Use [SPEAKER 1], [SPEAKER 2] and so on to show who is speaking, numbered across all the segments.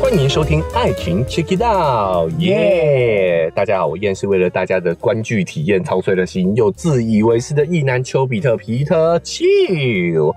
[SPEAKER 1] 欢迎收听《爱情 Check It Out》，耶！大家好，我依然是为了大家的观剧体验操碎了心又自以为是的意男丘比特皮特丘。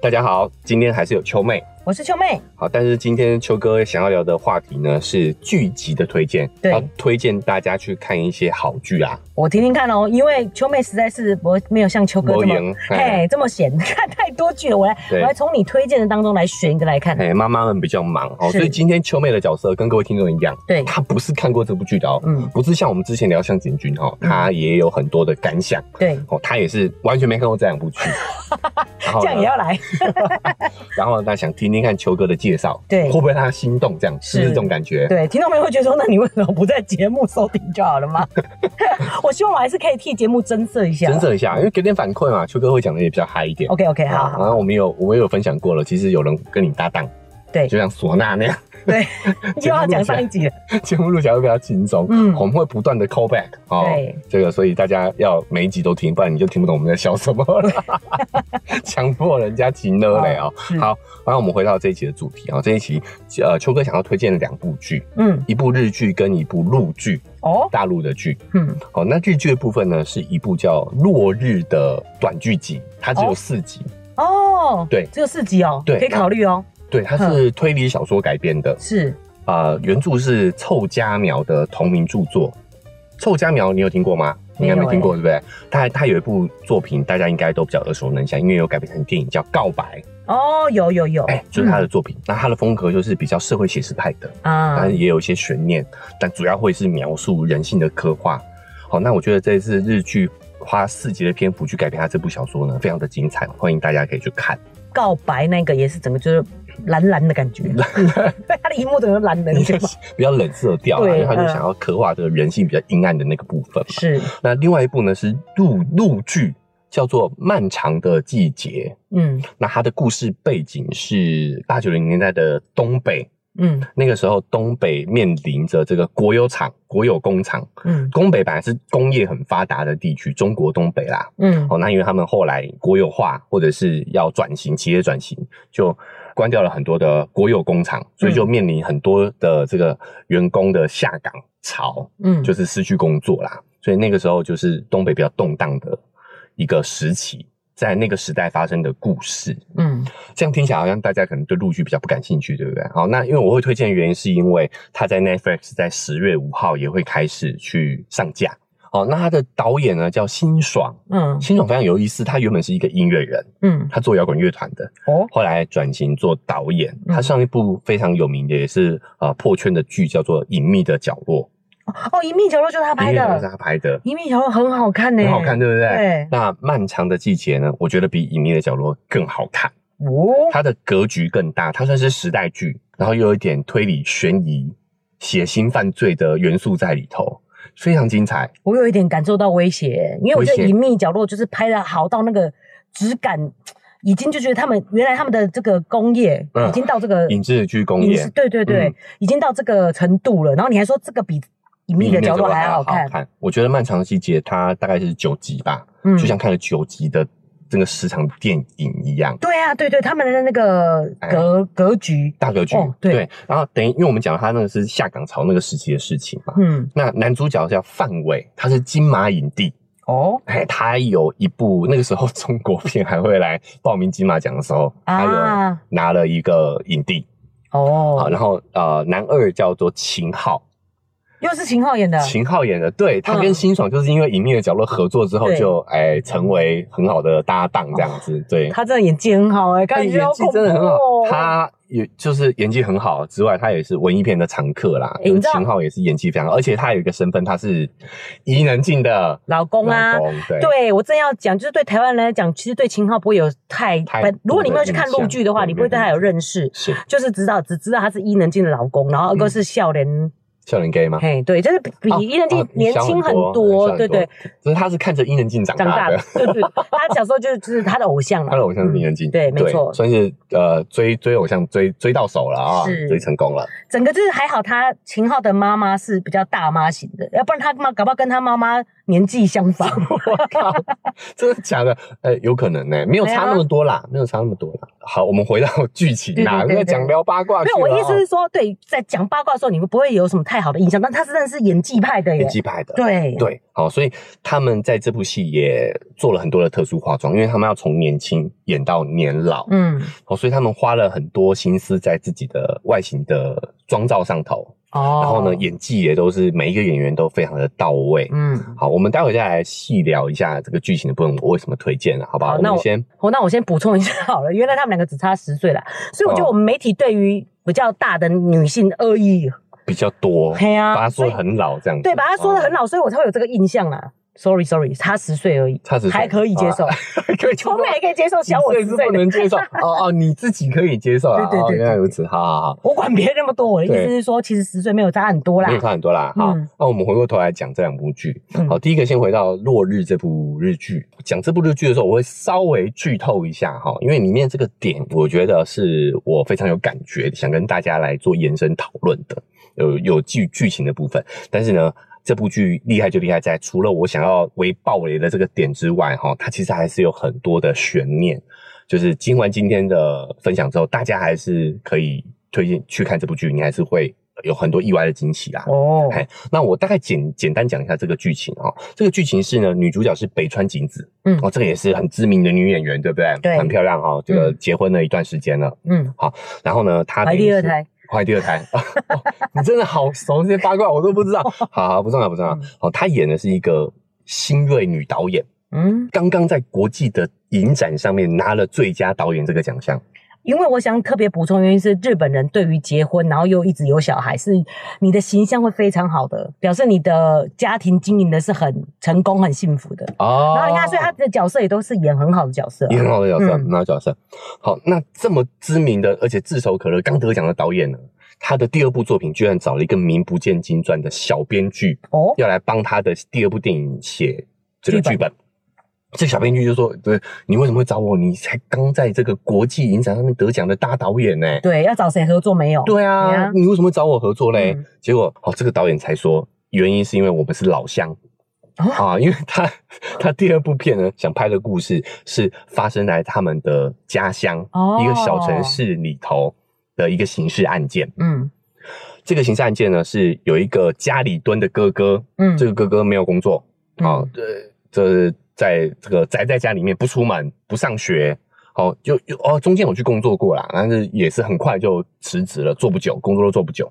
[SPEAKER 1] 大家好，今天还是有秋妹。
[SPEAKER 2] 我是秋妹，
[SPEAKER 1] 好，但是今天秋哥想要聊的话题呢是剧集的推荐，
[SPEAKER 2] 对
[SPEAKER 1] 要推荐大家去看一些好剧啊。
[SPEAKER 2] 我听听看哦，因为秋妹实在是我没有像秋哥这
[SPEAKER 1] 没
[SPEAKER 2] 么
[SPEAKER 1] 赢
[SPEAKER 2] 嘿这么闲， 看太多剧了，我来我
[SPEAKER 1] 哎对
[SPEAKER 2] 来从你推荐的当中来选一个来看。
[SPEAKER 1] 哎，妈妈们比较忙哦，
[SPEAKER 2] 是
[SPEAKER 1] 所以今天秋妹的角色跟各位听众一样，
[SPEAKER 2] 对，
[SPEAKER 1] 她不是看过这部剧的哦，
[SPEAKER 2] 嗯，
[SPEAKER 1] 不是像我们之前聊向井君哦，
[SPEAKER 2] 嗯
[SPEAKER 1] 她也有很多的感想。
[SPEAKER 2] 对，
[SPEAKER 1] 哦，他也是完全没看过这两 部剧，然后
[SPEAKER 2] 这
[SPEAKER 1] 呢
[SPEAKER 2] 样也 要来，
[SPEAKER 1] 然后他想听听看球哥的介绍，
[SPEAKER 2] 对
[SPEAKER 1] 会不会让他心动？这样是不是
[SPEAKER 2] 是
[SPEAKER 1] 这种感觉？
[SPEAKER 2] 对，听众朋友会觉得说，那你为什么不在节目收听就好了吗？ 我希望我还是可以替节目增色一下。
[SPEAKER 1] 增色一下，因为给点反馈嘛，球哥会讲的也比较嗨一点。
[SPEAKER 2] 啊 OK OK，好
[SPEAKER 1] 啊
[SPEAKER 2] 好，
[SPEAKER 1] 然后我们有我们有分享过了，其实有人跟你搭档，
[SPEAKER 2] 对
[SPEAKER 1] 就像唢呐那样，
[SPEAKER 2] 对，又要讲上一集了，
[SPEAKER 1] 节目录起来会比较轻松。
[SPEAKER 2] 嗯
[SPEAKER 1] 我们会不断的 call back 哦
[SPEAKER 2] 对，
[SPEAKER 1] 这个所以大家要每一集都听，不然你就听不懂我们在笑什么 了，强迫人家听了嘞哦。
[SPEAKER 2] 是
[SPEAKER 1] 好，然后我们回到这一期的主题啊、这一期呃，秋哥想要推荐的两部剧，
[SPEAKER 2] 嗯，
[SPEAKER 1] 一部日剧跟一部陆剧，
[SPEAKER 2] 哦，
[SPEAKER 1] 大陆的剧。
[SPEAKER 2] 嗯，
[SPEAKER 1] 哦，那日剧的部分呢，是一部叫《落日》的短剧集，它只有
[SPEAKER 2] 哦
[SPEAKER 1] 四集，
[SPEAKER 2] 哦，
[SPEAKER 1] 对
[SPEAKER 2] 只有四集哦，
[SPEAKER 1] 对
[SPEAKER 2] 可以考虑哦，
[SPEAKER 1] 对，它是推理小说改编的，
[SPEAKER 2] 是
[SPEAKER 1] 啊、原著是凑佳苗的同名著作。凑佳苗，你有听过吗？应该
[SPEAKER 2] 没
[SPEAKER 1] 没
[SPEAKER 2] 有欸
[SPEAKER 1] 听过，对不对？他他有一部作品，大家应该都比较耳熟能详，因为有改编成电影叫《告白》，
[SPEAKER 2] 哦，有有有，
[SPEAKER 1] 哎、就是他的
[SPEAKER 2] 嗯
[SPEAKER 1] 作品。那他的风格就是比较社会写实派的，
[SPEAKER 2] 啊
[SPEAKER 1] 但是也有一些悬念，但主要会是描述人性的刻画。好，那我觉得这次日剧花四集的篇幅去改编他这部小说呢，非常的精彩，欢迎大家可以去 看。
[SPEAKER 2] 告白那个也是整个就是蓝蓝的感 觉，对，他的荧幕整个蓝的，你知道吗？
[SPEAKER 1] 比较冷色调啊，因
[SPEAKER 2] 对
[SPEAKER 1] 为他就
[SPEAKER 2] 嗯
[SPEAKER 1] 想要刻画这个人性比较阴暗的那个部分嘛。
[SPEAKER 2] 是，
[SPEAKER 1] 那另外一部呢是陆陆剧，叫做《漫长的季节》。
[SPEAKER 2] 嗯
[SPEAKER 1] 那它的故事背景是八九零年代的东北，
[SPEAKER 2] 嗯
[SPEAKER 1] 那个时候东北面临着这个国有厂、国有工厂。
[SPEAKER 2] 嗯
[SPEAKER 1] 东北本来是工业很发达的地区，中国东北啦。
[SPEAKER 2] 嗯，
[SPEAKER 1] 哦，那因为他们后来国有化或者是要转型、企业转型，就关掉了很多的国有工厂，所以就面临很多的这个员工的下岗潮。
[SPEAKER 2] 嗯，
[SPEAKER 1] 就是是失去工作啦。所以那个时候就是东北比较动荡的一个时期，在那个时代发生的故事。
[SPEAKER 2] 嗯
[SPEAKER 1] 这样听起来好像大家可能对陆剧比较不感兴趣，对不对？好，那因为我会推荐的原因是因为它在 Netflix 在十月五号也会开始去上架。哦，那他的导演呢叫辛爽，
[SPEAKER 2] 嗯
[SPEAKER 1] 辛爽非常有意思，他原本是一个音乐人，
[SPEAKER 2] 嗯
[SPEAKER 1] 他做摇滚乐团的，
[SPEAKER 2] 哦
[SPEAKER 1] 后来转型做导演。
[SPEAKER 2] 嗯
[SPEAKER 1] 他上一部非常有名的也是呃破圈的剧叫做《隐秘的角落
[SPEAKER 2] 哦，一面角落就是他》，
[SPEAKER 1] 隐
[SPEAKER 2] 拍
[SPEAKER 1] 秘的角落是
[SPEAKER 2] 的，
[SPEAKER 1] 他拍的，
[SPEAKER 2] 一面角落很好看呢，
[SPEAKER 1] 很好看，对不对？
[SPEAKER 2] 对
[SPEAKER 1] 那漫长的季节呢？我觉得比《隐秘的角落》更好看，
[SPEAKER 2] 哦，
[SPEAKER 1] 它的格局更大，它算是时代剧，然后又有一点推理、悬疑、血腥犯罪的元素在里头，非常精彩。
[SPEAKER 2] 我有一点感受到威胁，因为我觉
[SPEAKER 1] 威
[SPEAKER 2] 得
[SPEAKER 1] 胁
[SPEAKER 2] 一面角落就是拍的好到那个质感，已经就觉得他们原来他们的这个工业
[SPEAKER 1] 嗯
[SPEAKER 2] 已经到这个
[SPEAKER 1] 影视剧工
[SPEAKER 2] 影
[SPEAKER 1] 业
[SPEAKER 2] 视，对对对，
[SPEAKER 1] 嗯
[SPEAKER 2] 已经到这个程度了。然后你还说这个比《隐秘的角落》还
[SPEAKER 1] 要
[SPEAKER 2] 好看，
[SPEAKER 1] 我觉得《漫长的季节》它大概是九集吧，
[SPEAKER 2] 嗯
[SPEAKER 1] 就像看了九集的这个时长电影一样。
[SPEAKER 2] 对啊，对对，他们的那个
[SPEAKER 1] 哎
[SPEAKER 2] 格、格局，
[SPEAKER 1] 大格局、
[SPEAKER 2] 哦对
[SPEAKER 1] 然后等于因为我们讲它那个是下岗潮那个时期的事情嘛，
[SPEAKER 2] 嗯，
[SPEAKER 1] 那男主角叫范伟，他是金马影帝，
[SPEAKER 2] 哦，
[SPEAKER 1] 哎，他有一部 那个时候中国片还会来报名金马奖的时候，他有
[SPEAKER 2] 啊，
[SPEAKER 1] 拿了一个影帝啊。
[SPEAKER 2] 哦，
[SPEAKER 1] 然后呃，男二叫做秦昊，
[SPEAKER 2] 又是秦昊演的，
[SPEAKER 1] 秦昊演的，对他跟
[SPEAKER 2] 嗯
[SPEAKER 1] 辛爽就是因为《隐秘的角落》合作之后
[SPEAKER 2] 对
[SPEAKER 1] 就哎成为很好的搭档这样子，对。
[SPEAKER 2] 他真的演技很好哎、
[SPEAKER 1] 他
[SPEAKER 2] 感觉
[SPEAKER 1] 演
[SPEAKER 2] 好
[SPEAKER 1] 技
[SPEAKER 2] 恐怖、哦、
[SPEAKER 1] 真的很好，他也就是演技很好之外，他也是文艺片的常客啦。
[SPEAKER 2] 哎
[SPEAKER 1] 就是
[SPEAKER 2] 你知道
[SPEAKER 1] 秦昊也是演技非常好，而且他有一个身份，他是伊能静的
[SPEAKER 2] 老公啊
[SPEAKER 1] 老。公，对
[SPEAKER 2] 对，我正要讲，就是对台湾人来讲，其实对秦昊不会有太
[SPEAKER 1] 太
[SPEAKER 2] 本。如果你没有去看
[SPEAKER 1] 多的印
[SPEAKER 2] 陆
[SPEAKER 1] 象
[SPEAKER 2] 剧的话，
[SPEAKER 1] 对
[SPEAKER 2] 你不会对他有认识，
[SPEAKER 1] 是
[SPEAKER 2] 就是知道只知道他是伊能静的老公，然后二
[SPEAKER 1] 嗯
[SPEAKER 2] 哥是笑脸，
[SPEAKER 1] 笑人 gay 吗？
[SPEAKER 2] 嘿，对，就是比比
[SPEAKER 1] 哦
[SPEAKER 2] 伊能
[SPEAKER 1] 哦
[SPEAKER 2] 静年轻很
[SPEAKER 1] 小
[SPEAKER 2] 多，
[SPEAKER 1] 小
[SPEAKER 2] 对对，
[SPEAKER 1] 就是他是看着伊能静长
[SPEAKER 2] 长
[SPEAKER 1] 大
[SPEAKER 2] 大
[SPEAKER 1] 的
[SPEAKER 2] 的，，对对，他小时候就是就是他的偶像啦，
[SPEAKER 1] 他的偶像是伊能静，
[SPEAKER 2] 嗯对没错
[SPEAKER 1] 算是呃追追偶像追追到手了啊，
[SPEAKER 2] 是
[SPEAKER 1] 追成功了，
[SPEAKER 2] 整个就是还好，他秦昊的妈妈是比较大妈型的，要不然他妈搞不好跟他妈妈年纪相 仿，
[SPEAKER 1] 我靠，真的假的？哎、有可能呢、没有差那么多啦，没有差那么多啦。好，我们回到剧情啦，
[SPEAKER 2] 啊对对对
[SPEAKER 1] 要
[SPEAKER 2] 对
[SPEAKER 1] 讲聊八卦 啊
[SPEAKER 2] 没
[SPEAKER 1] 去
[SPEAKER 2] 有，
[SPEAKER 1] 了、
[SPEAKER 2] 我意思是说，对，在讲八卦的时候，你们不会有什么太好的印象，但他是真的是演技派的耶
[SPEAKER 1] 演，技派的，
[SPEAKER 2] 对，
[SPEAKER 1] 对，好，所以他们在这部戏也做了很多的特殊化妆，因为他们要从年轻演到年老，
[SPEAKER 2] 嗯，
[SPEAKER 1] 哦，所以他们花了很多心思在自己的外形的妆造上头，
[SPEAKER 2] 哦，
[SPEAKER 1] 然后呢，，演技也都是每一个演员都非常的到位。
[SPEAKER 2] 嗯，
[SPEAKER 1] 好，我们待会再来细聊一下这个剧情的部分，我为什么推荐了、啊好不好？
[SPEAKER 2] 好
[SPEAKER 1] 我
[SPEAKER 2] 那
[SPEAKER 1] 们
[SPEAKER 2] 我
[SPEAKER 1] 先
[SPEAKER 2] 哦，那我先补充一下好了，原来他们两个只差十岁 啦，所以我觉得
[SPEAKER 1] 哦
[SPEAKER 2] 我们媒体对于比较大的女性恶意，
[SPEAKER 1] 比较多，
[SPEAKER 2] 嘿啊
[SPEAKER 1] 把他说
[SPEAKER 2] 所以
[SPEAKER 1] 的很老这样子，
[SPEAKER 2] 对，把她说的很
[SPEAKER 1] 哦，
[SPEAKER 2] 老，所以我才会有这个印象啦。Sorry，Sorry，差十岁而已，
[SPEAKER 1] 啊差10岁啊
[SPEAKER 2] 还可以接受，
[SPEAKER 1] 可以接受
[SPEAKER 2] 我们也可以接受小我
[SPEAKER 1] 几
[SPEAKER 2] 十
[SPEAKER 1] 岁是
[SPEAKER 2] 岁
[SPEAKER 1] 不
[SPEAKER 2] 的。
[SPEAKER 1] 能接受，哦哦，你自己可以接受啊，
[SPEAKER 2] 对对
[SPEAKER 1] 哦
[SPEAKER 2] 对
[SPEAKER 1] 原来
[SPEAKER 2] 对
[SPEAKER 1] 如此，好好好。
[SPEAKER 2] 我管别人那么多，我的意
[SPEAKER 1] 对
[SPEAKER 2] 思是说，其实十岁没有差很多啦
[SPEAKER 1] 没有。差很多啦。好，
[SPEAKER 2] 嗯
[SPEAKER 1] 那我们回过头来讲这两部剧。
[SPEAKER 2] 嗯
[SPEAKER 1] 好，第一个先回到《落日》这部日剧。讲这部日剧的时候，我会稍微剧透一下哈，因为里面这个点，我觉得是我非常有感觉，想跟大家来做延伸讨论的，有有剧剧情的部分。但是呢。这部剧厉害就厉害在，除了我想要为暴雷的这个点之外，哈，它其实还是有很多的悬念。就是听完今天的分享之后，大家还是可以推荐去看这部剧，你还是会有很多意外的惊喜啦。
[SPEAKER 2] 哦，
[SPEAKER 1] 嘿那我大概简简单讲一下这个剧情啊、这个剧情是呢，女主角是北川景子，
[SPEAKER 2] 嗯
[SPEAKER 1] 哦，这个也是很知名的女演员，对不对？
[SPEAKER 2] 对
[SPEAKER 1] 很漂亮哦，这个结婚了一段时间了。
[SPEAKER 2] 嗯，
[SPEAKER 1] 然后呢，她
[SPEAKER 2] 怀
[SPEAKER 1] 等于
[SPEAKER 2] 第二
[SPEAKER 1] 是，
[SPEAKER 2] 胎，
[SPEAKER 1] 怀第二胎。 哦你真的好熟这些八卦，我都不知道。 好好，不重要，不重要
[SPEAKER 2] 嗯。
[SPEAKER 1] 哦，她演的是一个新锐女导演，
[SPEAKER 2] 嗯，
[SPEAKER 1] 刚刚在国际的影展上面拿了最佳导演这个奖项。
[SPEAKER 2] 因为我想特别补充，原因是日本人对于结婚，然后又一直有小孩，是你的形象会非常好的，表示你的家庭经营的是很成功、很幸福的。
[SPEAKER 1] 哦
[SPEAKER 2] 然后你看，所以他的角色也都是演很好的角色啊、
[SPEAKER 1] 也很好的角色，
[SPEAKER 2] 嗯
[SPEAKER 1] 很好的角色。好，那这么知名的，而且炙手可热、刚得奖的导演呢，他的第二部作品居然找了一个名不见经传的小编剧，
[SPEAKER 2] 哦，
[SPEAKER 1] 要来帮他的第二部电影写这个剧
[SPEAKER 2] 剧本
[SPEAKER 1] 本。这小编剧就说：“对，你为什么会找我？你才刚在这个国际影展上面得奖的大导演呢、
[SPEAKER 2] 对，要找谁合作没有？
[SPEAKER 1] 对啊，
[SPEAKER 2] 对啊
[SPEAKER 1] 你为什么会找我合作嘞？
[SPEAKER 2] 嗯
[SPEAKER 1] 结果哦，这个导演才说，原因是因为我们是老乡。
[SPEAKER 2] 哦
[SPEAKER 1] 啊，因为他他第二部片呢，想拍的故事是发生在他们的家乡、
[SPEAKER 2] 哦
[SPEAKER 1] 一个小城市里头的一个刑事案件。
[SPEAKER 2] 嗯
[SPEAKER 1] 这个刑事案件呢，是有一个家里蹲的哥哥，
[SPEAKER 2] 嗯，
[SPEAKER 1] 这个哥哥没有工作啊，呃、这在这个宅在家里面不出门不上学，哦，就就哦中间有去工作过啦，但是也是很快就辞职了，做不久，工作都做不久。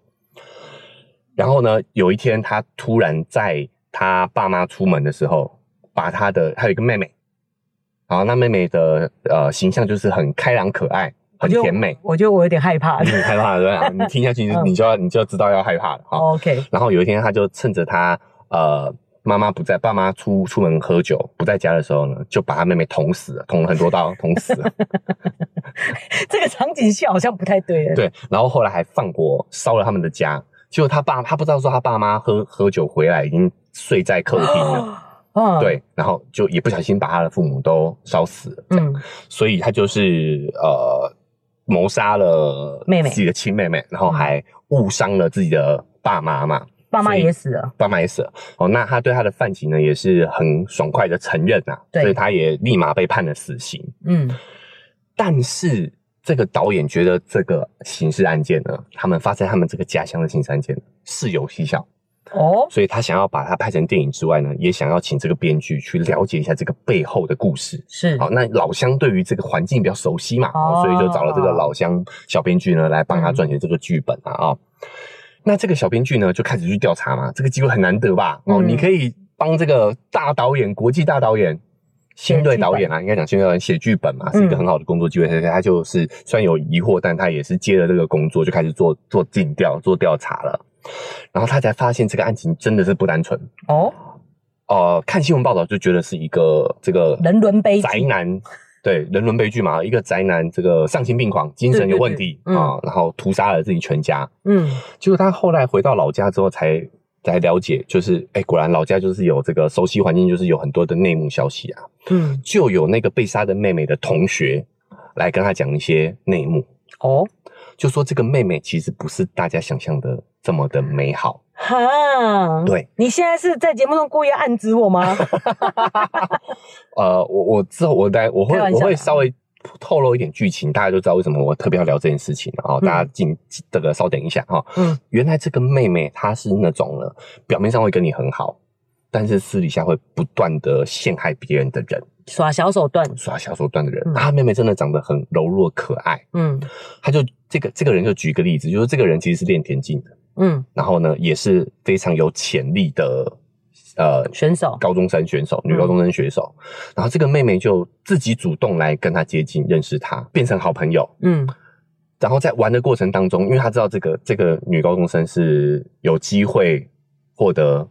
[SPEAKER 1] 然后呢，有一天他突然在他爸妈出门的时候，把他的还有一个妹妹，然后那妹妹的呃形象就是很开朗可爱，
[SPEAKER 2] 我
[SPEAKER 1] 很
[SPEAKER 2] 觉得
[SPEAKER 1] 甜美。嗯
[SPEAKER 2] 我觉得我有点害怕
[SPEAKER 1] 你。很害怕对吧？你听下去，你就你就要你就要知道要害怕了哈。
[SPEAKER 2] OK，
[SPEAKER 1] 然后有一天，他就趁着他呃妈妈不在，爸妈出出门喝酒不在家的时候呢，就把他妹妹捅死了，捅了很多刀，捅死了。
[SPEAKER 2] 这个场景戏好像不太对了。
[SPEAKER 1] 对，然后后来还放火烧了他们的家。结果他爸他不知道说他爸妈喝喝酒回来已经睡在客厅了，
[SPEAKER 2] 嗯，，
[SPEAKER 1] 对，然后就也不小心把他的父母都烧死了，这样，
[SPEAKER 2] 嗯
[SPEAKER 1] 所以他就是呃谋杀了
[SPEAKER 2] 妹妹
[SPEAKER 1] 自己的亲妹妹，然后还误伤了自己的爸妈嘛，
[SPEAKER 2] 爸妈
[SPEAKER 1] 所以
[SPEAKER 2] 也死了。
[SPEAKER 1] 爸妈也死了。哦，那他对他的犯行呢，也是很爽快的承认啊，
[SPEAKER 2] 对
[SPEAKER 1] 所以他也立马被判了死刑。
[SPEAKER 2] 嗯，
[SPEAKER 1] 但是这个导演觉得这个刑事案件呢，他们发生他们这个家乡的刑事案件是有蹊跷，
[SPEAKER 2] 哦，
[SPEAKER 1] 所以他想要把它拍成电影之外呢，也想要请这个编剧去了解一下这个背后的故事。
[SPEAKER 2] 是，
[SPEAKER 1] 好，那老乡对于这个环境比较熟悉嘛，
[SPEAKER 2] 哦嗯
[SPEAKER 1] 所以就找了这个老乡小编剧呢来帮他撰写这个剧本啊啊、哦那这个小编剧呢就开始去调查嘛，这个机会很难得吧？哦，
[SPEAKER 2] 嗯
[SPEAKER 1] 你可以帮这个大导演、国际大导演、
[SPEAKER 2] 写
[SPEAKER 1] 新锐
[SPEAKER 2] 剧
[SPEAKER 1] 导演啊，应该讲新锐导演写剧本嘛，是一个
[SPEAKER 2] 嗯
[SPEAKER 1] 很好的工作机会。所以他就是虽然有疑惑，但他也是接了这个工作就开始做做尽调、做调查了。然后他才发现这个案情真的是不单纯。
[SPEAKER 2] 哦，
[SPEAKER 1] 呃，看新闻报道就觉得是一个这个
[SPEAKER 2] 人伦悲剧
[SPEAKER 1] 宅男，对人伦悲剧嘛，一个宅男这个丧心病狂，精神有问题
[SPEAKER 2] 对对对嗯
[SPEAKER 1] 啊、然后屠杀了自己全家。
[SPEAKER 2] 嗯，
[SPEAKER 1] 结果他后来回到老家之后才。才了解，就是哎、果然老家就是有这个熟悉环境，就是有很多的内幕消息啊，
[SPEAKER 2] 嗯，
[SPEAKER 1] 就有那个被杀的妹妹的同学来跟他讲一些内幕，
[SPEAKER 2] 哦，
[SPEAKER 1] 就说这个妹妹其实不是大家想象的这么的美好，
[SPEAKER 2] 哈，
[SPEAKER 1] 对，
[SPEAKER 2] 你现在是在节目中故意要暗指我吗？
[SPEAKER 1] 呃，我我之后我来我会
[SPEAKER 2] 开玩笑
[SPEAKER 1] 我
[SPEAKER 2] 的
[SPEAKER 1] 会稍微透露一点剧情，大家就知道为什么我特别要聊这件事情了哦。
[SPEAKER 2] 嗯
[SPEAKER 1] 大家进这个稍等一下哈、哦，
[SPEAKER 2] 嗯，
[SPEAKER 1] 原来这个妹妹她是那种呢，表面上会跟你很好，但是私底下会不断的陷害别人的人，
[SPEAKER 2] 耍小手段，
[SPEAKER 1] 耍小手段的人。啊
[SPEAKER 2] 嗯
[SPEAKER 1] 她妹妹真的长得很柔弱可爱，
[SPEAKER 2] 嗯
[SPEAKER 1] 她就这个这个人就举一个例子，就是这个人其实是练田径的，
[SPEAKER 2] 嗯，
[SPEAKER 1] 然后呢也是非常有潜力的。呃，
[SPEAKER 2] 选手，
[SPEAKER 1] 高中生选手，女高中生选手。然后这个妹妹就自己主动来跟他接近，认识他，变成好朋友。
[SPEAKER 2] 嗯
[SPEAKER 1] 然后在玩的过程当中，因为她知道这个这个女高中生是有机会获得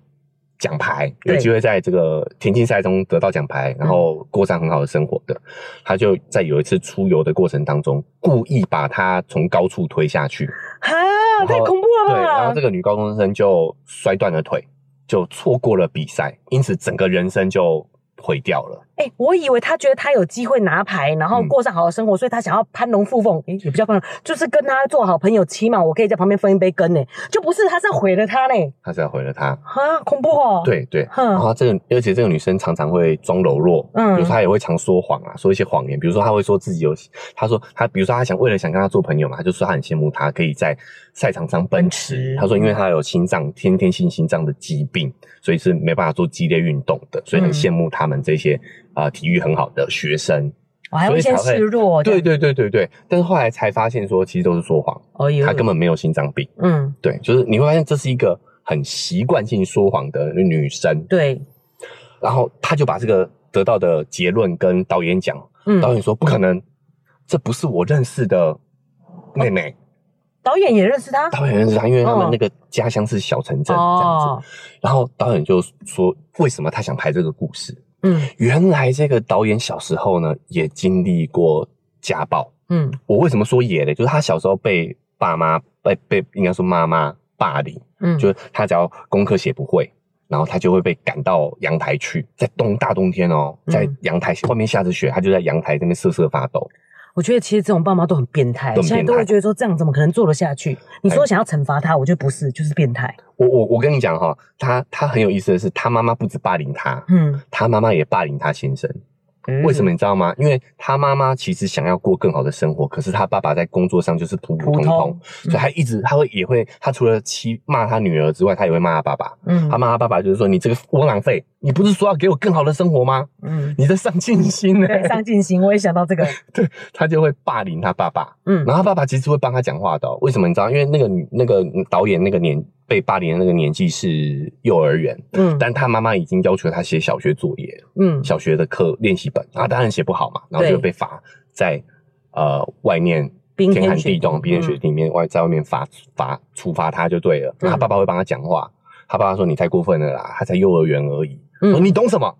[SPEAKER 1] 奖牌，
[SPEAKER 2] 对
[SPEAKER 1] 有机会在这个田径赛中得到奖牌，然后过上很好的生活的，她就在有一次出游的过程当中，故意把她从高处推下去。
[SPEAKER 2] 哈，
[SPEAKER 1] 然
[SPEAKER 2] 太
[SPEAKER 1] 后
[SPEAKER 2] 恐怖
[SPEAKER 1] 对，然
[SPEAKER 2] 了
[SPEAKER 1] 后这
[SPEAKER 2] 吧？
[SPEAKER 1] 个女高中生就摔断了腿，就错过了比赛，因此整个人生就毁掉了。
[SPEAKER 2] 哎、我以为他觉得他有机会拿牌，然后
[SPEAKER 1] 嗯
[SPEAKER 2] 过上好的生活，所以他想要攀龙附凤，哎、也不叫攀龙，就是跟他做好朋友，起码我可以在旁边分一杯羹呢、就不是他是毁了他呢、
[SPEAKER 1] 她才毁了她。
[SPEAKER 2] 哈，恐怖哦。，
[SPEAKER 1] 对对，然
[SPEAKER 2] 哼，
[SPEAKER 1] 后这个，而且这个女生常常会装柔弱，
[SPEAKER 2] 嗯
[SPEAKER 1] 嗯，比如说她也会常说谎啊，说一些谎言，比如说她会说自己有，她说她，比如说她想为了想跟她做朋友嘛，她就说她很羡慕她可以在赛场上奔
[SPEAKER 2] 奔
[SPEAKER 1] 驰
[SPEAKER 2] 驰，
[SPEAKER 1] 她说因为她有心脏先天性心脏的疾病，所以是没办法做激烈运动的，所以很
[SPEAKER 2] 嗯
[SPEAKER 1] 羡慕他们这些啊、呃体育很好的学生。
[SPEAKER 2] 我还会先
[SPEAKER 1] 所以才会
[SPEAKER 2] 示弱。
[SPEAKER 1] 对，对对对对，但是后来才发现说，其实都是说谎，
[SPEAKER 2] 哦呦，
[SPEAKER 1] 她根本没有心脏病。
[SPEAKER 2] 嗯，
[SPEAKER 1] 对，就是你会发现这是一个很习惯性说谎的女生。
[SPEAKER 2] 对，
[SPEAKER 1] 然后他就把这个得到的结论跟导演讲，
[SPEAKER 2] 嗯，
[SPEAKER 1] 导演说不可能，这不是我认识的妹妹。
[SPEAKER 2] 导演也认识他。
[SPEAKER 1] 导演认识她，因为他
[SPEAKER 2] 哦
[SPEAKER 1] 们那个家乡是小城镇这样子。，然后导演就说，为什么他想拍这个故事？
[SPEAKER 2] 嗯
[SPEAKER 1] 原来这个导演小时候呢也经历过家暴。
[SPEAKER 2] 嗯
[SPEAKER 1] 我为什么说也嘞？就是他小时候被爸妈被被应该说妈妈霸凌，
[SPEAKER 2] 嗯，
[SPEAKER 1] 就是他只要功课写不会，然后他就会被赶到阳台去，在冬大冬天哦，
[SPEAKER 2] 嗯
[SPEAKER 1] 在阳台外面下着雪，他就在阳台那边瑟瑟发抖。
[SPEAKER 2] 我觉得其实这种爸妈都很变态，
[SPEAKER 1] 都很变态哎
[SPEAKER 2] 现在都会觉得说这样怎么可能做得下去？你说想要惩罚他，我觉得不是，就是变态。
[SPEAKER 1] 我我我跟你讲哈、他他很有意思的是，他妈妈不止霸凌他，
[SPEAKER 2] 嗯，
[SPEAKER 1] 他妈妈也霸凌他先生。哎为什么？你知道吗？因为他妈妈其实想要过更好的生活，可是他爸爸在工作上就是普普通
[SPEAKER 2] 普
[SPEAKER 1] 通
[SPEAKER 2] 通，嗯
[SPEAKER 1] 所以他一直他会也会他除了欺骂他女儿之外，他也会骂他爸爸。
[SPEAKER 2] 嗯
[SPEAKER 1] 他骂他爸爸就是说你这个窝囊废，你不是说要给我更好的生活吗？
[SPEAKER 2] 嗯，
[SPEAKER 1] 你在上进心呢、
[SPEAKER 2] 对，上进心，我也想到 这个。
[SPEAKER 1] 他就会霸凌他爸爸，
[SPEAKER 2] 嗯
[SPEAKER 1] 然后他爸爸其实会帮他讲话的哦、为什么你知道？因为那个女那个导演那个年被霸凌的那个年纪是幼儿园，
[SPEAKER 2] 嗯
[SPEAKER 1] 但他妈妈已经要求他写小学作业、
[SPEAKER 2] 嗯
[SPEAKER 1] 小学的课练习本，啊，当然写不好嘛，然后
[SPEAKER 2] 对
[SPEAKER 1] 就被罚在呃外面
[SPEAKER 2] 冰天
[SPEAKER 1] 寒
[SPEAKER 2] 雪
[SPEAKER 1] 地冻、
[SPEAKER 2] 地嗯
[SPEAKER 1] 冰天雪地里面外在外面罚罚处罚他就对了。那他
[SPEAKER 2] 嗯
[SPEAKER 1] 爸爸会帮他讲话，他爸爸说你太过分了啦，他才幼儿园而已，我说
[SPEAKER 2] 嗯，
[SPEAKER 1] 你懂什么？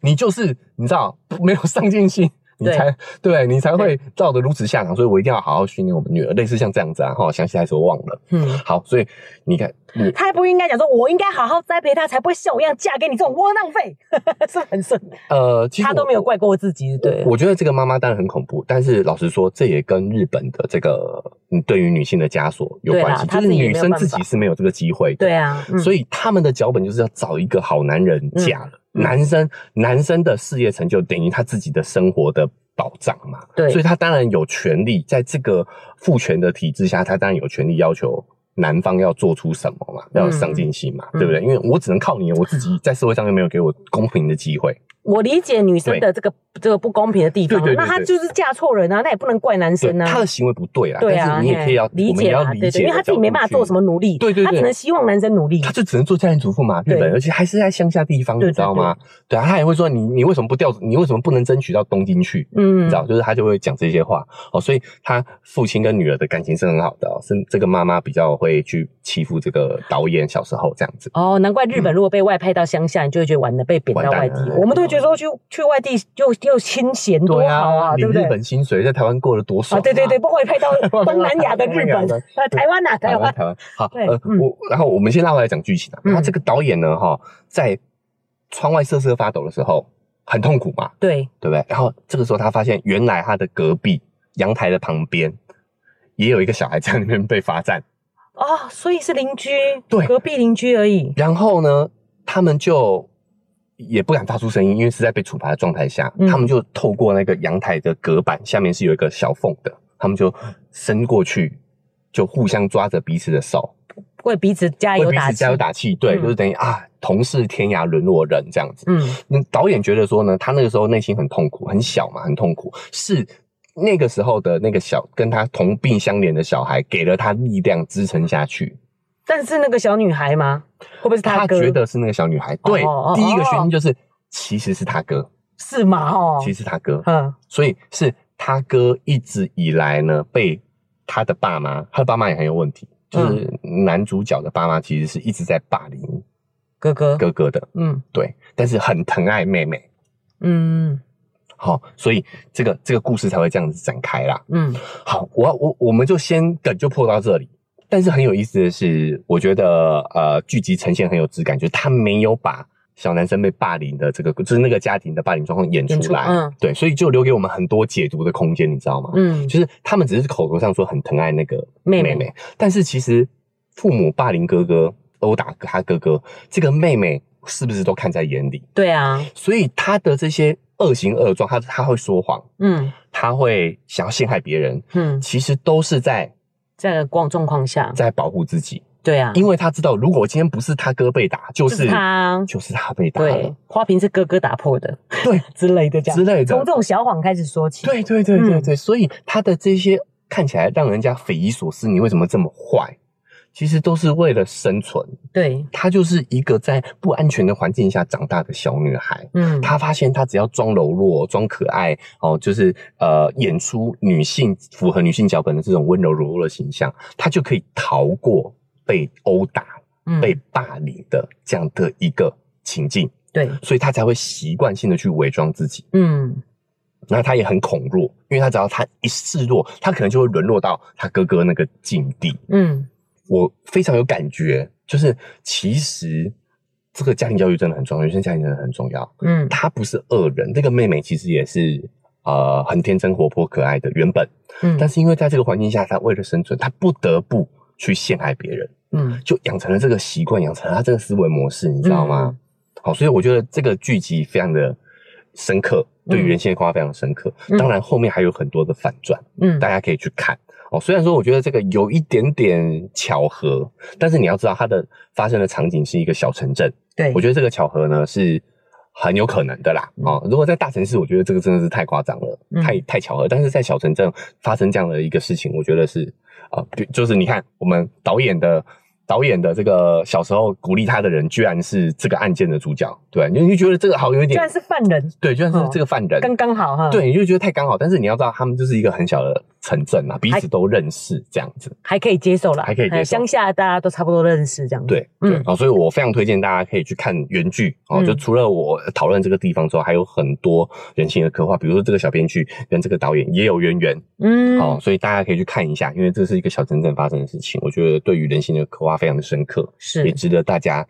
[SPEAKER 1] 你就是你知道没有上进心，你
[SPEAKER 2] 对
[SPEAKER 1] 才对你才会造得如此下场，所以我一定要好好训练我们女儿，类似像这样子啊，哈，详细台词我忘了。
[SPEAKER 2] 嗯，
[SPEAKER 1] 好，所以你看，你
[SPEAKER 2] 他不应该讲说，我应该好好栽培他，才不会像我一样嫁给你这种窝囊废， 是不是很顺。
[SPEAKER 1] 呃，其实
[SPEAKER 2] 他都
[SPEAKER 1] 我
[SPEAKER 2] 没有。怪过自己，对，
[SPEAKER 1] 我觉得这个妈妈当然很恐怖，但是老实说，这也跟日本的这个嗯对于女性的枷锁有
[SPEAKER 2] 对啦
[SPEAKER 1] 关系，
[SPEAKER 2] 她
[SPEAKER 1] 就
[SPEAKER 2] 自
[SPEAKER 1] 是
[SPEAKER 2] 己也没有
[SPEAKER 1] 女生
[SPEAKER 2] 办
[SPEAKER 1] 自
[SPEAKER 2] 法
[SPEAKER 1] 己是没有这个机会的。
[SPEAKER 2] 对啊，嗯
[SPEAKER 1] 所以他们的脚本就是要找一个好男人嫁了。
[SPEAKER 2] 嗯嗯
[SPEAKER 1] 男生男生的事业成就等于他自己的生活的保障嘛，
[SPEAKER 2] 对
[SPEAKER 1] 所以他当然有权利在这个父权的体制下，他当然有权利要求。男方要做出什么嘛？要有上进心嘛，
[SPEAKER 2] 嗯
[SPEAKER 1] 对不对？因为我只能靠你，我自己在社会上又没有给我公平的机会。
[SPEAKER 2] 我理解女生的这个这个不公平的地方
[SPEAKER 1] 对，对对
[SPEAKER 2] 那她
[SPEAKER 1] 对
[SPEAKER 2] 就是嫁错人啊，那也不能怪男
[SPEAKER 1] 对，
[SPEAKER 2] 生啊。
[SPEAKER 1] 他的行为不对啦，
[SPEAKER 2] 对啊，
[SPEAKER 1] 但是你也可以要，
[SPEAKER 2] 嘿理
[SPEAKER 1] 我们也
[SPEAKER 2] 解
[SPEAKER 1] 要
[SPEAKER 2] 啦，
[SPEAKER 1] 理
[SPEAKER 2] 对
[SPEAKER 1] 解
[SPEAKER 2] 对，
[SPEAKER 1] 的角度去，
[SPEAKER 2] 因为他自己没办法做什么努力，
[SPEAKER 1] 对对对
[SPEAKER 2] 他只能希望男生努力。
[SPEAKER 1] 他就只能做家庭主妇嘛，日
[SPEAKER 2] 对
[SPEAKER 1] 本，而且还是在乡下地方，你
[SPEAKER 2] 对对
[SPEAKER 1] 知道吗？对啊，他也会说你你为什么不调，你为什么不能争取到东京去？你
[SPEAKER 2] 嗯
[SPEAKER 1] 知，道，就是他就会讲这些话哦，所以他父亲跟女儿的感情是很好的、哦，是这个妈妈比较会去欺负这个导演小时候这样子。
[SPEAKER 2] 哦，难怪日本如果被外派到乡下，你就会觉得完了，被贬到外地
[SPEAKER 1] 嗯完蛋。了
[SPEAKER 2] 我们都会觉得说去去外地又又清闲多好啊，对
[SPEAKER 1] 领
[SPEAKER 2] 不
[SPEAKER 1] 日
[SPEAKER 2] 对？
[SPEAKER 1] 本薪水在台湾过得多爽、
[SPEAKER 2] 啊，对对对，，不过也派到东南亚的
[SPEAKER 1] 东南
[SPEAKER 2] 日
[SPEAKER 1] 亚
[SPEAKER 2] 本
[SPEAKER 1] 的，
[SPEAKER 2] 啊，台湾啊，
[SPEAKER 1] 台
[SPEAKER 2] 台
[SPEAKER 1] 湾
[SPEAKER 2] 湾，
[SPEAKER 1] 台湾好，
[SPEAKER 2] 对
[SPEAKER 1] 呃，
[SPEAKER 2] 嗯
[SPEAKER 1] 我然后我们先拉回来讲剧情啊。
[SPEAKER 2] 嗯
[SPEAKER 1] 然后这个导演呢，哈、在窗外瑟瑟发抖的时候，很痛苦嘛，啊
[SPEAKER 2] 对，
[SPEAKER 1] 嗯对不对？然后这个时候他发现，原来他的隔壁阳台的旁边也有一个小孩在那边被罚站。
[SPEAKER 2] 哦，所以是邻居，
[SPEAKER 1] 对
[SPEAKER 2] 隔壁邻居而已。
[SPEAKER 1] 然后呢，他们就也不敢发出声音，因为是在被处罚的状态下，
[SPEAKER 2] 嗯
[SPEAKER 1] 他们就透过那个阳台的隔板下面是有一个小缝的，他们就伸过去，就互相抓着彼此的手，
[SPEAKER 2] 为彼此加
[SPEAKER 1] 为
[SPEAKER 2] 油
[SPEAKER 1] 彼
[SPEAKER 2] 打
[SPEAKER 1] 此
[SPEAKER 2] 气
[SPEAKER 1] 加。油打气。对，
[SPEAKER 2] 嗯
[SPEAKER 1] 就是等于啊，同是天涯沦落人这样子。
[SPEAKER 2] 嗯，
[SPEAKER 1] 嗯，导演觉得说呢，他那个时候内心很痛苦，很小嘛，很痛苦，是那个时候的那个小跟他同病相怜的小孩给了他力量支撑下去。
[SPEAKER 2] 但是那个小女孩吗？会不会是
[SPEAKER 1] 他
[SPEAKER 2] 哥？
[SPEAKER 1] 觉得是那个小女孩，对
[SPEAKER 2] 哦哦，
[SPEAKER 1] 第一个原因就是其实是他哥，
[SPEAKER 2] 是吗？哦，
[SPEAKER 1] 其实是他哥，
[SPEAKER 2] 嗯，
[SPEAKER 1] 所以是他哥一直以来呢被他的爸妈，他的爸妈也很有问题。就是
[SPEAKER 2] 嗯
[SPEAKER 1] 男主角的爸妈其实是一直在霸凌
[SPEAKER 2] 哥哥，
[SPEAKER 1] 哥哥的，
[SPEAKER 2] 嗯
[SPEAKER 1] 对，但是很疼爱妹妹，
[SPEAKER 2] 嗯
[SPEAKER 1] 好、所以这个这个故事才会这样子展开啦。
[SPEAKER 2] 嗯，
[SPEAKER 1] 好，我我我们就先梗就破到这里。但是很有意思的是，我觉得呃，剧集呈现很有质感，就是他没有把小男生被霸凌的这个，就是那个家庭的霸凌状况演
[SPEAKER 2] 演出
[SPEAKER 1] 出来，
[SPEAKER 2] 嗯
[SPEAKER 1] 对，所以就留给我们很多解读的空间，你知道吗？
[SPEAKER 2] 嗯
[SPEAKER 1] 就是他们只是口头上说很疼爱那个
[SPEAKER 2] 妹妹
[SPEAKER 1] 妹妹但是其实父母霸凌哥哥、殴打他哥哥，这个妹妹是不是都看在眼里？
[SPEAKER 2] 对啊，
[SPEAKER 1] 所以他的这些恶行恶状，他他会说谎，
[SPEAKER 2] 嗯
[SPEAKER 1] 他会想要陷害别人，
[SPEAKER 2] 嗯，
[SPEAKER 1] 其实都是在
[SPEAKER 2] 在个光状况下，
[SPEAKER 1] 在保护自己，
[SPEAKER 2] 对啊，
[SPEAKER 1] 因为他知道，如果今天不是他哥被打，就
[SPEAKER 2] 就是
[SPEAKER 1] 是
[SPEAKER 2] 他
[SPEAKER 1] 就是他被打
[SPEAKER 2] 对
[SPEAKER 1] 了，
[SPEAKER 2] 花瓶是哥哥打破的
[SPEAKER 1] 对
[SPEAKER 2] 之类的，这样
[SPEAKER 1] 之类
[SPEAKER 2] 从
[SPEAKER 1] 的
[SPEAKER 2] 这，种小谎开始说起。
[SPEAKER 1] 对对对对
[SPEAKER 2] 嗯
[SPEAKER 1] 对，所以他的这些看起来让人家匪夷所思，你为什么这么坏？其实都是为了生存，
[SPEAKER 2] 对，
[SPEAKER 1] 她就是一个在不安全的环境下长大的小女孩。
[SPEAKER 2] 嗯，
[SPEAKER 1] 她发现她只要装柔弱、装可爱，哦，就是呃演出女性符合女性脚本的这种温柔柔弱的形象，她就可以逃过被殴打、
[SPEAKER 2] 嗯
[SPEAKER 1] 被霸凌的这样的一个情境，
[SPEAKER 2] 对，
[SPEAKER 1] 所以她才会习惯性的去伪装自己。
[SPEAKER 2] 嗯
[SPEAKER 1] 然后她也很恐弱，因为她只要她一示弱，她可能就会沦落到她哥哥那个境地。
[SPEAKER 2] 嗯
[SPEAKER 1] 我非常有感觉，就是其实这个家庭教育真的很重要，原生家庭真的很重要。
[SPEAKER 2] 嗯
[SPEAKER 1] 她不是恶人，这个妹妹其实也是呃很天真、活泼、可爱的原本，
[SPEAKER 2] 嗯，
[SPEAKER 1] 但是因为在这个环境下，她为了生存，她不得不去陷害别人，
[SPEAKER 2] 嗯
[SPEAKER 1] 就养成了这个习惯，养成了她这个思维模式，你知道吗？
[SPEAKER 2] 嗯
[SPEAKER 1] 好，所以我觉得这个剧集非常的深刻，对于人性的刻画非常深刻。
[SPEAKER 2] 嗯
[SPEAKER 1] 当然，后面还有很多的反转。
[SPEAKER 2] 嗯
[SPEAKER 1] 大家可以去看哦。虽然说我觉得这个有一点点巧合，但是你要知道它的发生的场景是一个小城镇，
[SPEAKER 2] 对，
[SPEAKER 1] 我觉得这个巧合呢是很有可能的啦。哦，如果在大城市，我觉得这个真的是太夸张了，
[SPEAKER 2] 嗯
[SPEAKER 1] 太太巧合。但是在小城镇发生这样的一个事情，我觉得是啊、比就是你看我们导演的。导演的这个小时候鼓励他的人，居然是这个案件的主角，对，你就觉得这个好有一
[SPEAKER 2] 居
[SPEAKER 1] 点
[SPEAKER 2] 然，是犯人，
[SPEAKER 1] 对，居然是
[SPEAKER 2] 哦
[SPEAKER 1] 这个犯人，
[SPEAKER 2] 刚刚好哈。，
[SPEAKER 1] 对，你就觉得太刚好。但是你要知道，他们就是一个很小的城镇啊，彼此都认识这样子。
[SPEAKER 2] 还可以接受啦，
[SPEAKER 1] 还可以接受
[SPEAKER 2] 哎乡下大家都差不多认识这样。，
[SPEAKER 1] 对，
[SPEAKER 2] 嗯
[SPEAKER 1] 对，啊、所以我非常推荐大家可以去看原剧哦。
[SPEAKER 2] 嗯
[SPEAKER 1] 就除了我讨论这个地方之后，还有很多人性的刻画，比如说这个小编剧跟这个导演也有渊源
[SPEAKER 2] 嗯，
[SPEAKER 1] 哦，所以大家可以去看一下，因为这是一个小城镇发生的事情，我觉得对于人性的刻画非常的深刻，也
[SPEAKER 2] 是，
[SPEAKER 1] 值得大家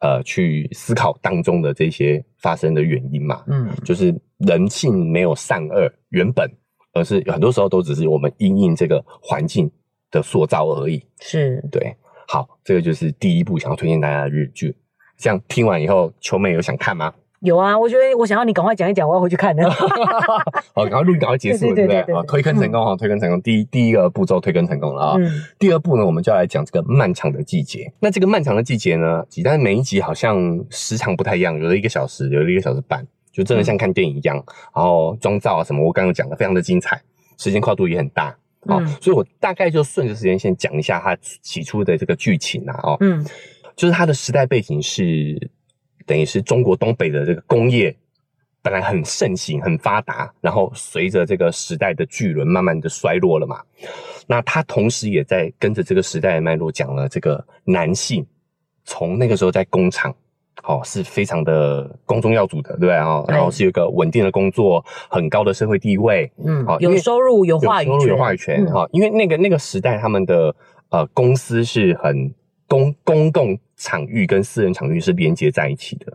[SPEAKER 1] 呃去思考当中的这些发生的原因嘛。
[SPEAKER 2] 嗯
[SPEAKER 1] 就是人性没有善恶原本，而是很多时候都只是我们因应这个环境的塑造而已。
[SPEAKER 2] 是，
[SPEAKER 1] 对，好，这个就是第一部想要推荐大家的日剧。这样听完以后，秋妹有想看吗？
[SPEAKER 2] 有啊，我觉得我想要你赶快讲一讲，我要回去 看了。
[SPEAKER 1] 好，赶快录音，赶快结束了，
[SPEAKER 2] 对
[SPEAKER 1] 对
[SPEAKER 2] 对
[SPEAKER 1] 不对
[SPEAKER 2] 对对？对
[SPEAKER 1] 好，推坑成功，好，推坑成功。第一第一个步骤推坑成功了啊。
[SPEAKER 2] 嗯
[SPEAKER 1] 第二步呢，我们就要来讲这个漫长的季节。那这个漫长的季节呢，但是每一集好像时长不太一样，有的一个小时，有的一个小时半，就真的
[SPEAKER 2] 嗯
[SPEAKER 1] 像看电影一样。然后妆造啊什么，我刚刚有讲的非常的精彩，时间跨度也很大。好、
[SPEAKER 2] 嗯
[SPEAKER 1] 所以我大概就顺着时间线讲一下它起初的这个剧情啊，哦，
[SPEAKER 2] 嗯
[SPEAKER 1] 就是它的时代背景是等于是中国东北的这个工业本来很盛行、很发达，然后随着这个时代的巨轮慢慢的衰落了嘛。那它同时也在跟着这个时代的脉络讲了这个男性从那个时候在工厂。哦，是非常的光宗耀祖的，对不对啊、哦？
[SPEAKER 2] 对
[SPEAKER 1] 然后是有一个稳定的工作，很高的社会地位，
[SPEAKER 2] 嗯
[SPEAKER 1] 哦好，因为
[SPEAKER 2] 有收入有话语
[SPEAKER 1] 有收入
[SPEAKER 2] 权，
[SPEAKER 1] 有话语权
[SPEAKER 2] 嗯
[SPEAKER 1] 哈、因为那个那个时代他们的呃公司是很公公共场域跟私人场域是连接在一起的，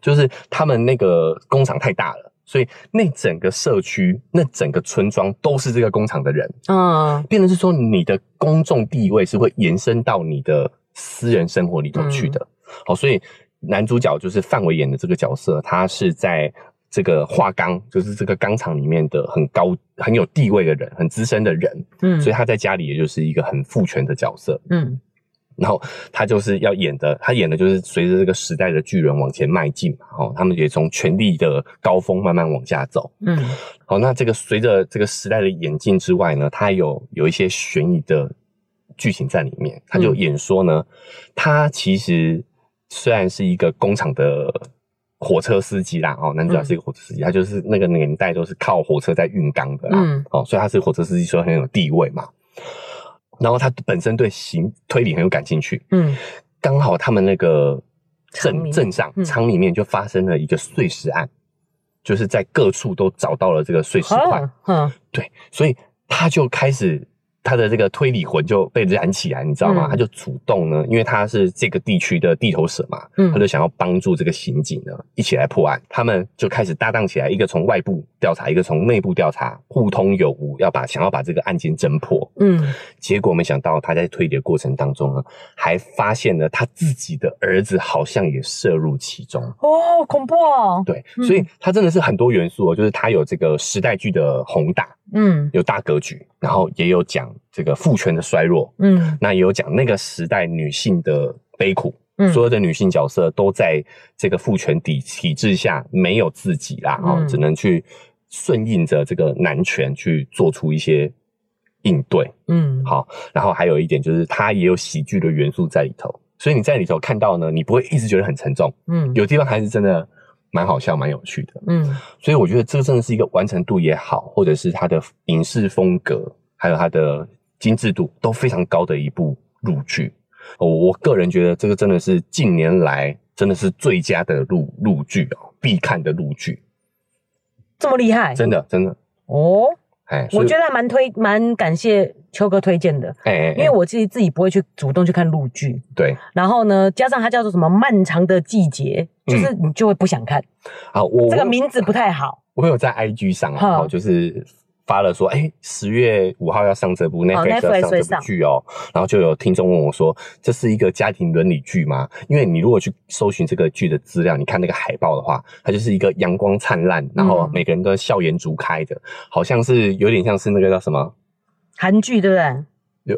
[SPEAKER 1] 就是他们那个工厂太大了，所以那整个社区、那整个村庄都是这个工厂的人，
[SPEAKER 2] 嗯
[SPEAKER 1] 变成是说你的公众地位是会延伸到你的私人生活里头去的。好，所以男主角就是范伟演的这个角色，他是在这个化钢，就是这个钢厂里面的很高、很有地位的人，很资深的人，
[SPEAKER 2] 嗯，
[SPEAKER 1] 所以他在家里也就是一个很父权的角色。
[SPEAKER 2] 嗯
[SPEAKER 1] 然后他就是要演的，他演的就是随着这个时代的巨人往前迈进嘛，哦，他们也从权力的高峰慢慢往下走。
[SPEAKER 2] 嗯
[SPEAKER 1] 好，那这个随着这个时代的演进之外呢，它有有一些悬疑的剧情在里面。他就演说呢，他其实虽然是一个工厂的火车司机啦，哦，男主角是一个火车司机，他就是那个年代都是靠火车在运钢的啦，
[SPEAKER 2] 嗯
[SPEAKER 1] 哦，所以他是火车司机，所以很有地位嘛。然后他本身对刑推理很有感兴趣，
[SPEAKER 2] 嗯
[SPEAKER 1] 刚好他们那个
[SPEAKER 2] 厂里
[SPEAKER 1] 镇
[SPEAKER 2] 面
[SPEAKER 1] 镇上
[SPEAKER 2] 嗯
[SPEAKER 1] 厂里面就发生了一个碎尸案，就是在各处都找到了这个碎尸块，
[SPEAKER 2] 嗯嗯
[SPEAKER 1] 对，所以他就开始他的这个推理魂就被燃起来，你知道吗？
[SPEAKER 2] 嗯
[SPEAKER 1] 他就主动呢，因为他是这个地区的地头蛇嘛，
[SPEAKER 2] 嗯
[SPEAKER 1] 他就想要帮助这个刑警呢一起来破案，他们就开始搭档起来，一个从外部调查，一个从内部调查，互通有无，要把想要把这个案件侦破。
[SPEAKER 2] 嗯
[SPEAKER 1] 结果没想到他在推理的过程当中呢，还发现了他自己的儿子好像也涉入其中。
[SPEAKER 2] 哦，恐怖哦，
[SPEAKER 1] 对，
[SPEAKER 2] 嗯
[SPEAKER 1] 所以他真的是很多元素哦，就是他有这个时代剧的宏大，
[SPEAKER 2] 嗯
[SPEAKER 1] 有大格局，然后也有讲这个父权的衰弱，
[SPEAKER 2] 嗯
[SPEAKER 1] 那也有讲那个时代女性的悲苦。
[SPEAKER 2] 嗯，
[SPEAKER 1] 所有的女性角色都在这个父权体体制下没有自己啦，哦，
[SPEAKER 2] 嗯
[SPEAKER 1] 只能去顺应着这个男权去做出一些应对。
[SPEAKER 2] 嗯
[SPEAKER 1] 好，然后还有一点就是它也有喜剧的元素在里头，所以你在里头看到呢，你不会一直觉得很沉重，
[SPEAKER 2] 嗯
[SPEAKER 1] 有地方还是真的蛮好笑、蛮有趣的。
[SPEAKER 2] 嗯
[SPEAKER 1] 所以我觉得这个真的是一个完成度也好，或者是它的影视风格，还有它的精致度都非常高的一部入剧。我我个人觉得这个真的是近年来真的是最佳的入入剧哦，必看的入剧，
[SPEAKER 2] 这么厉害
[SPEAKER 1] 真的真的，
[SPEAKER 2] 哦，
[SPEAKER 1] 哎，所
[SPEAKER 2] 我
[SPEAKER 1] 以
[SPEAKER 2] 觉得还蛮推蛮感谢秋哥推荐的。
[SPEAKER 1] 哎哎，哎
[SPEAKER 2] 因为我自己自己不会去主动去看陆剧，
[SPEAKER 1] 对
[SPEAKER 2] 然后呢，加上它叫做什么漫长的季节，
[SPEAKER 1] 嗯哦
[SPEAKER 2] 就是你就会不想看，
[SPEAKER 1] 好，我
[SPEAKER 2] 这个
[SPEAKER 1] 我
[SPEAKER 2] 名字不太好。
[SPEAKER 1] 我有在 IG 上啊，
[SPEAKER 2] 哼
[SPEAKER 1] 然后就是发了说，哎、十月五号要上这部 Netflix 要
[SPEAKER 2] 哦 Netflix 会
[SPEAKER 1] 上这
[SPEAKER 2] 上
[SPEAKER 1] 部剧哦，然后就有听众问我说，这是一个家庭伦理剧吗？因为你如果去搜寻这个剧的资料，你看那个海报的话，它就是一个阳光灿烂，然后
[SPEAKER 2] 嗯
[SPEAKER 1] 每个人都笑颜逐开的，好像是有点像是那个叫什么，
[SPEAKER 2] 韩剧对不对？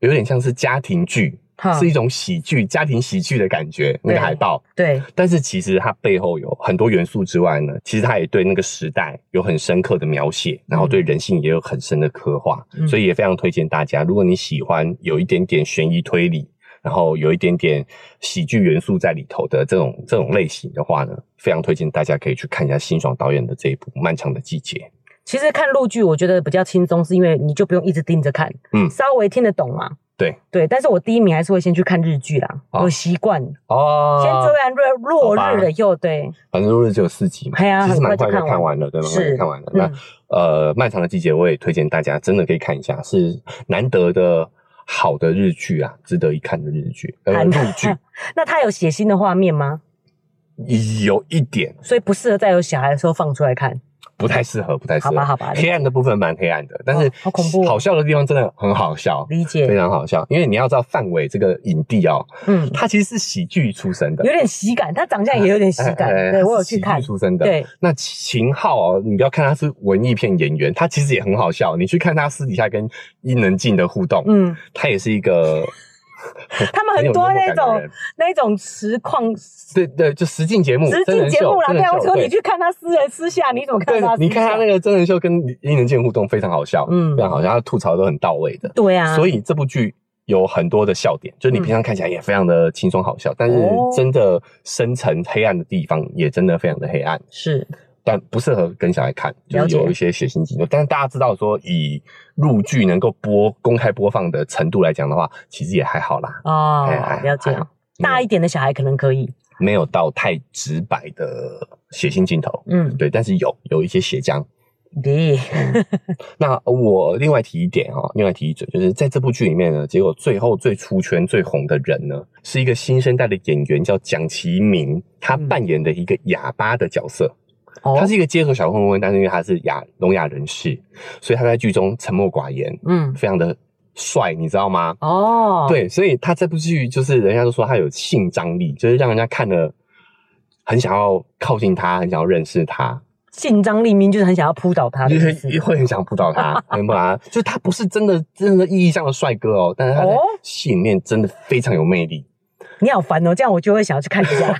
[SPEAKER 1] 有点像是家庭剧，
[SPEAKER 2] 哈
[SPEAKER 1] 是一种喜剧家庭喜剧的感觉，那个
[SPEAKER 2] 嗯对
[SPEAKER 1] 海报。
[SPEAKER 2] 对，
[SPEAKER 1] 但是其实它背后有很多元素之外呢，其实它也对那个时代有很深刻的描写，然后对人性也有很深的刻画，
[SPEAKER 2] 嗯
[SPEAKER 1] 所以也非常推荐大家，如果你喜欢有一点点悬疑推理，然后有一点点喜剧元素在里头的这种这种类型的话呢，非常推荐大家可以去看一下辛爽导演的这一部《漫长的季节》。
[SPEAKER 2] 其实看陆剧我觉得比较轻松，是因为你就不用一直盯着看，
[SPEAKER 1] 嗯
[SPEAKER 2] 稍微听得懂嘛。
[SPEAKER 1] 对
[SPEAKER 2] 对，但是我第一名还是会先去看日剧啦，
[SPEAKER 1] 啊
[SPEAKER 2] 我习惯先
[SPEAKER 1] 哦
[SPEAKER 2] 追完落
[SPEAKER 1] 好吧
[SPEAKER 2] 落日的又对，
[SPEAKER 1] 反正落日只有四集嘛，
[SPEAKER 2] 哎呀
[SPEAKER 1] 其实蛮
[SPEAKER 2] 很
[SPEAKER 1] 快
[SPEAKER 2] 快就
[SPEAKER 1] 就
[SPEAKER 2] 看
[SPEAKER 1] 看完
[SPEAKER 2] 完
[SPEAKER 1] 了，对，蛮
[SPEAKER 2] 是
[SPEAKER 1] 快就看完了。
[SPEAKER 2] 嗯
[SPEAKER 1] 那呃，漫长的季节我也推荐大家，真的可以看一下，是难得的好的日剧啊，值得一看的日剧，呃，
[SPEAKER 2] 韩
[SPEAKER 1] 陆剧
[SPEAKER 2] 那它有血腥的画面吗？
[SPEAKER 1] 有一点
[SPEAKER 2] 所以不适合在有小孩的时候放出来看。
[SPEAKER 1] 不太适合，不太适合。
[SPEAKER 2] 好吧好吧
[SPEAKER 1] 黑暗的部分蛮黑暗的，但是
[SPEAKER 2] 哦好恐怖哦
[SPEAKER 1] 好笑的地方真的很好笑，
[SPEAKER 2] 理
[SPEAKER 1] 非
[SPEAKER 2] 解，
[SPEAKER 1] 常好笑。因为你要知道范伟这个影帝哦，
[SPEAKER 2] 嗯，
[SPEAKER 1] 他其实是喜剧出身的
[SPEAKER 2] 有。点喜感，他长相也有点喜感。
[SPEAKER 1] 哎哎哎
[SPEAKER 2] 对我有
[SPEAKER 1] 是喜
[SPEAKER 2] 去
[SPEAKER 1] 剧
[SPEAKER 2] 看，
[SPEAKER 1] 出身的。
[SPEAKER 2] 对，
[SPEAKER 1] 那秦昊哦，你不要看他是文艺片演员，他其实也很好笑。你去看他私底下跟伊能静的互动，
[SPEAKER 2] 嗯，
[SPEAKER 1] 他也是一个
[SPEAKER 2] 他们 很
[SPEAKER 1] 有
[SPEAKER 2] 多
[SPEAKER 1] 幽默
[SPEAKER 2] 那
[SPEAKER 1] 感的
[SPEAKER 2] 种
[SPEAKER 1] 人
[SPEAKER 2] 那种实况实
[SPEAKER 1] 对对，就实境节目，哦真
[SPEAKER 2] 境
[SPEAKER 1] 人
[SPEAKER 2] 节
[SPEAKER 1] 秀
[SPEAKER 2] 目啦。
[SPEAKER 1] 真
[SPEAKER 2] 对
[SPEAKER 1] 人
[SPEAKER 2] 啊，
[SPEAKER 1] 秀
[SPEAKER 2] 我说
[SPEAKER 1] 对
[SPEAKER 2] 你去看他私人私下，你怎么看
[SPEAKER 1] 对
[SPEAKER 2] 他私下？，
[SPEAKER 1] 你看他那个真人秀跟伊能静互动非常好笑，
[SPEAKER 2] 嗯
[SPEAKER 1] 非常好笑，他吐槽都很到位的。
[SPEAKER 2] 对啊，嗯
[SPEAKER 1] 所以这部剧有很多的笑点，就是你平常看起来也非常的轻松好笑，但是
[SPEAKER 2] 哦
[SPEAKER 1] 真的深层黑暗的地方也真的非常的黑暗。
[SPEAKER 2] 是
[SPEAKER 1] 但不适合跟小孩看，就
[SPEAKER 2] 了
[SPEAKER 1] 是
[SPEAKER 2] 解
[SPEAKER 1] 有一些血腥镜头。但是大家知道说，以陆剧能够播公开播放的程度来讲的话，其实也还好啦，
[SPEAKER 2] 哦
[SPEAKER 1] 哎哎，
[SPEAKER 2] 了
[SPEAKER 1] 哎
[SPEAKER 2] 解。大一点的小孩可能可以，
[SPEAKER 1] 没有到太直白的血腥镜头。
[SPEAKER 2] 嗯，
[SPEAKER 1] 对，但是有有一些血浆。
[SPEAKER 2] 对，
[SPEAKER 1] 那我另外提一点哦，另外提一嘴，就是在这部剧里面呢，结果最后最出圈、最红的人呢，是一个新生代的演员，叫蒋奇明，他
[SPEAKER 2] 嗯
[SPEAKER 1] 扮演的一个哑巴的角色。
[SPEAKER 2] 哦
[SPEAKER 1] 他是一个街头小混混，但是因为他是亚聋哑人士，所以他在剧中沉默寡言，
[SPEAKER 2] 嗯，
[SPEAKER 1] 非常的帅，你知道吗？
[SPEAKER 2] 哦，，
[SPEAKER 1] 对，所以他这部剧就是人家都说他有性张力，就是让人家看了很想要靠近他，很想要认识他，
[SPEAKER 2] 性张力明就是很想要扑倒他的
[SPEAKER 1] 就
[SPEAKER 2] 意
[SPEAKER 1] 是
[SPEAKER 2] 思，
[SPEAKER 1] 会很想扑倒 他，很把他，就是他不是真的真的意义上的帅哥哦，但是他在
[SPEAKER 2] 哦
[SPEAKER 1] 戏里面真的非常有魅力，
[SPEAKER 2] 你好烦哦，这样我就会想要去看一 下。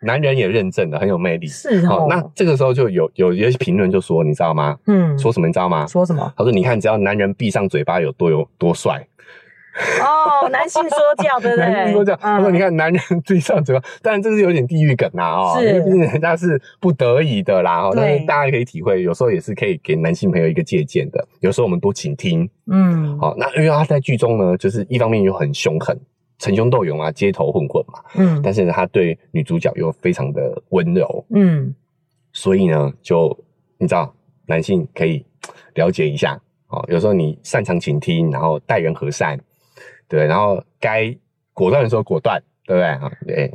[SPEAKER 1] 男人也认证了很有魅力。
[SPEAKER 2] 是
[SPEAKER 1] 好、
[SPEAKER 2] 哦，
[SPEAKER 1] 那这个时候就有有有一些评论就说，你知道吗？
[SPEAKER 2] 嗯，
[SPEAKER 1] 说什么你知道吗？
[SPEAKER 2] 说什么？
[SPEAKER 1] 他说：“你看，只要男人闭上嘴巴有多有多帅，
[SPEAKER 2] 哦，男性说教，对不嗯对？
[SPEAKER 1] 男人说这样。他说：“你看，男人闭上嘴巴，当然这是有点地狱梗啦哦，
[SPEAKER 2] 是
[SPEAKER 1] 因为毕竟人家是不得已的啦哦。
[SPEAKER 2] 对
[SPEAKER 1] 但是大家可以体会，有时候也是可以给男性朋友一个借鉴的。有时候我们多倾听。
[SPEAKER 2] 嗯，嗯，
[SPEAKER 1] 好、那因为他在剧中呢，就是一方面又很凶狠，逞凶斗勇啊，街头混混嘛，
[SPEAKER 2] 嗯
[SPEAKER 1] 但是呢，他对女主角又非常的温柔，
[SPEAKER 2] 嗯，
[SPEAKER 1] 所以呢，就你知道，男性可以了解一下哦。有时候你擅长倾听，然后待人和善，对，然后该果断的时候果断，对不对啊？对，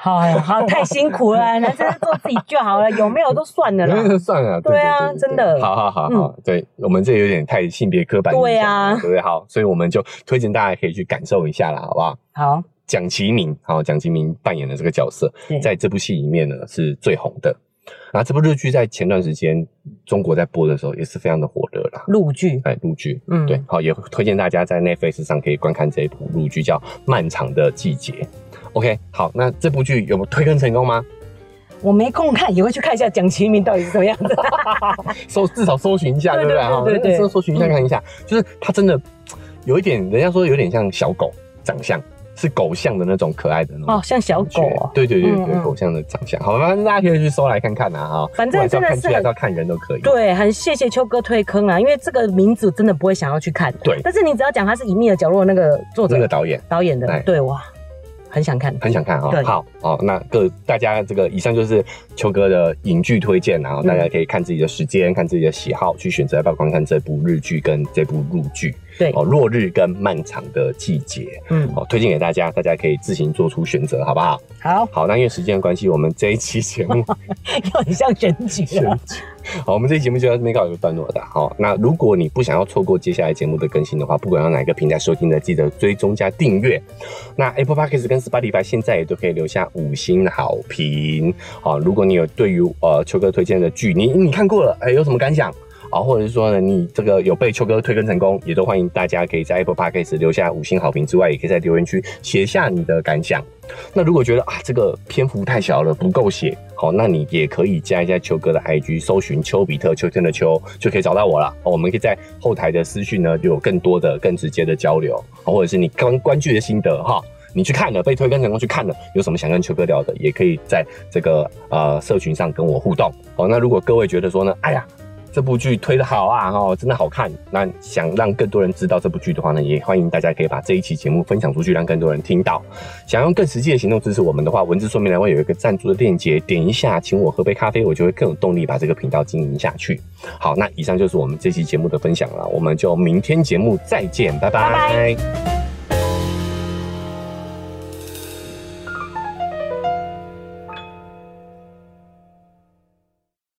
[SPEAKER 2] 好好，太辛苦了，男生做自己就好了，有没有都算了
[SPEAKER 1] 那就
[SPEAKER 2] 啦。
[SPEAKER 1] 哎 算了，
[SPEAKER 2] 对啊真的嗯
[SPEAKER 1] 好好好好，对我们这有点太性别刻板印象了，
[SPEAKER 2] 对啊
[SPEAKER 1] 对不对？好，所以我们就推荐大家可以去感受一下啦，好不好？
[SPEAKER 2] 好，
[SPEAKER 1] 蒋奇明，好，蒋奇明扮演的这个角色
[SPEAKER 2] 对，
[SPEAKER 1] 在这部戏里面呢是最红的。啊，这部日剧在前段时间中国在播的时候也是非常的火热啦。
[SPEAKER 2] 陆剧，
[SPEAKER 1] 哎，陆剧，
[SPEAKER 2] 嗯，
[SPEAKER 1] 对，，好，也推荐大家在 Netflix 上可以观看这一部陆剧，叫《漫长的季节》。OK，好，那这部剧有没有推更成功吗？
[SPEAKER 2] 我没空看，也会去看一下蒋奇明到底是什么样 子。
[SPEAKER 1] 搜至少搜寻一下，
[SPEAKER 2] 对
[SPEAKER 1] 对不
[SPEAKER 2] 对
[SPEAKER 1] 对？哈
[SPEAKER 2] 对对对嗯
[SPEAKER 1] 至少搜寻一下看一下，就是它真的有一点，人家说有点像小狗长相，是狗像的那种可爱的那种
[SPEAKER 2] 哦，像小狗哦，
[SPEAKER 1] 对对对
[SPEAKER 2] 嗯
[SPEAKER 1] 对，
[SPEAKER 2] 嗯
[SPEAKER 1] 狗像的长相，好，反正大家可以去搜来看看啊哈。
[SPEAKER 2] 反正
[SPEAKER 1] 不管是要
[SPEAKER 2] 真的
[SPEAKER 1] 看
[SPEAKER 2] 是
[SPEAKER 1] 剧还
[SPEAKER 2] 很
[SPEAKER 1] 是要看人都可以。
[SPEAKER 2] 对，很谢谢秋哥推坑啊，因为这个名字真的不会想要去看。
[SPEAKER 1] 对
[SPEAKER 2] 但是你只要讲他是《隐秘的角落》那个作
[SPEAKER 1] 那
[SPEAKER 2] 者
[SPEAKER 1] 个导演
[SPEAKER 2] 导演
[SPEAKER 1] 哎
[SPEAKER 2] 的，对哇，很想看。
[SPEAKER 1] 很想看啊、
[SPEAKER 2] 对
[SPEAKER 1] 好好，那各大家这个以上就是秋哥的影剧推荐啊，然后大家可以看自己的时间、看自己的喜好去选择要不要观看这部日剧跟这部陆剧
[SPEAKER 2] 对，
[SPEAKER 1] 哦，《落日》跟《漫长的季节》
[SPEAKER 2] 嗯，
[SPEAKER 1] 哦，推荐给大家，大家可以自行做出选择，好不好？
[SPEAKER 2] 好，
[SPEAKER 1] 好，那因为时间的关系，我们这一期节目
[SPEAKER 2] 又很像选举啊了。
[SPEAKER 1] 好，我们这期节目就到这边告一个段落的。好，那如果你不想要错过接下来节目的更新的话，不管用哪一个平台收听的，记得追踪加订阅。那 Apple Podcast 跟 Spotify 现在也都可以留下五星好评。好，如果你有对于呃秋哥推荐的剧，你你看过了，哎、有什么感想？啊，或者是说呢，你这个有被秋哥推更成功，也都欢迎大家可以在 Apple Podcast 留下五星好评之外，也可以在留言区写下你的感想。那如果觉得啊这个篇幅太小了，不够写，好，那你也可以加一下秋哥的 IG，搜寻丘比特秋天的秋，就可以找到我了。哦，我们可以在后台的私讯呢，就有更多的、更直接的交流，哦或者是你刚观剧的心得哈。你去看了，被推更成功去看了，有什么想跟秋哥聊的，也可以在这个呃社群上跟我互动。哦，那如果各位觉得说呢，哎呀，这部剧推的好啊，哦，真的好看。那想让更多人知道这部剧的话呢，也欢迎大家可以把这一期节目分享出去，让更多人听到。想用更实际的行动支持我们的话，文字说明栏位有一个赞助的链接，点一下，请我喝杯咖啡，我就会更有动力把这个频道经营下去。好，那以上就是我们这期节目的分享了，我们就明天节目再见，拜
[SPEAKER 2] 拜
[SPEAKER 1] 拜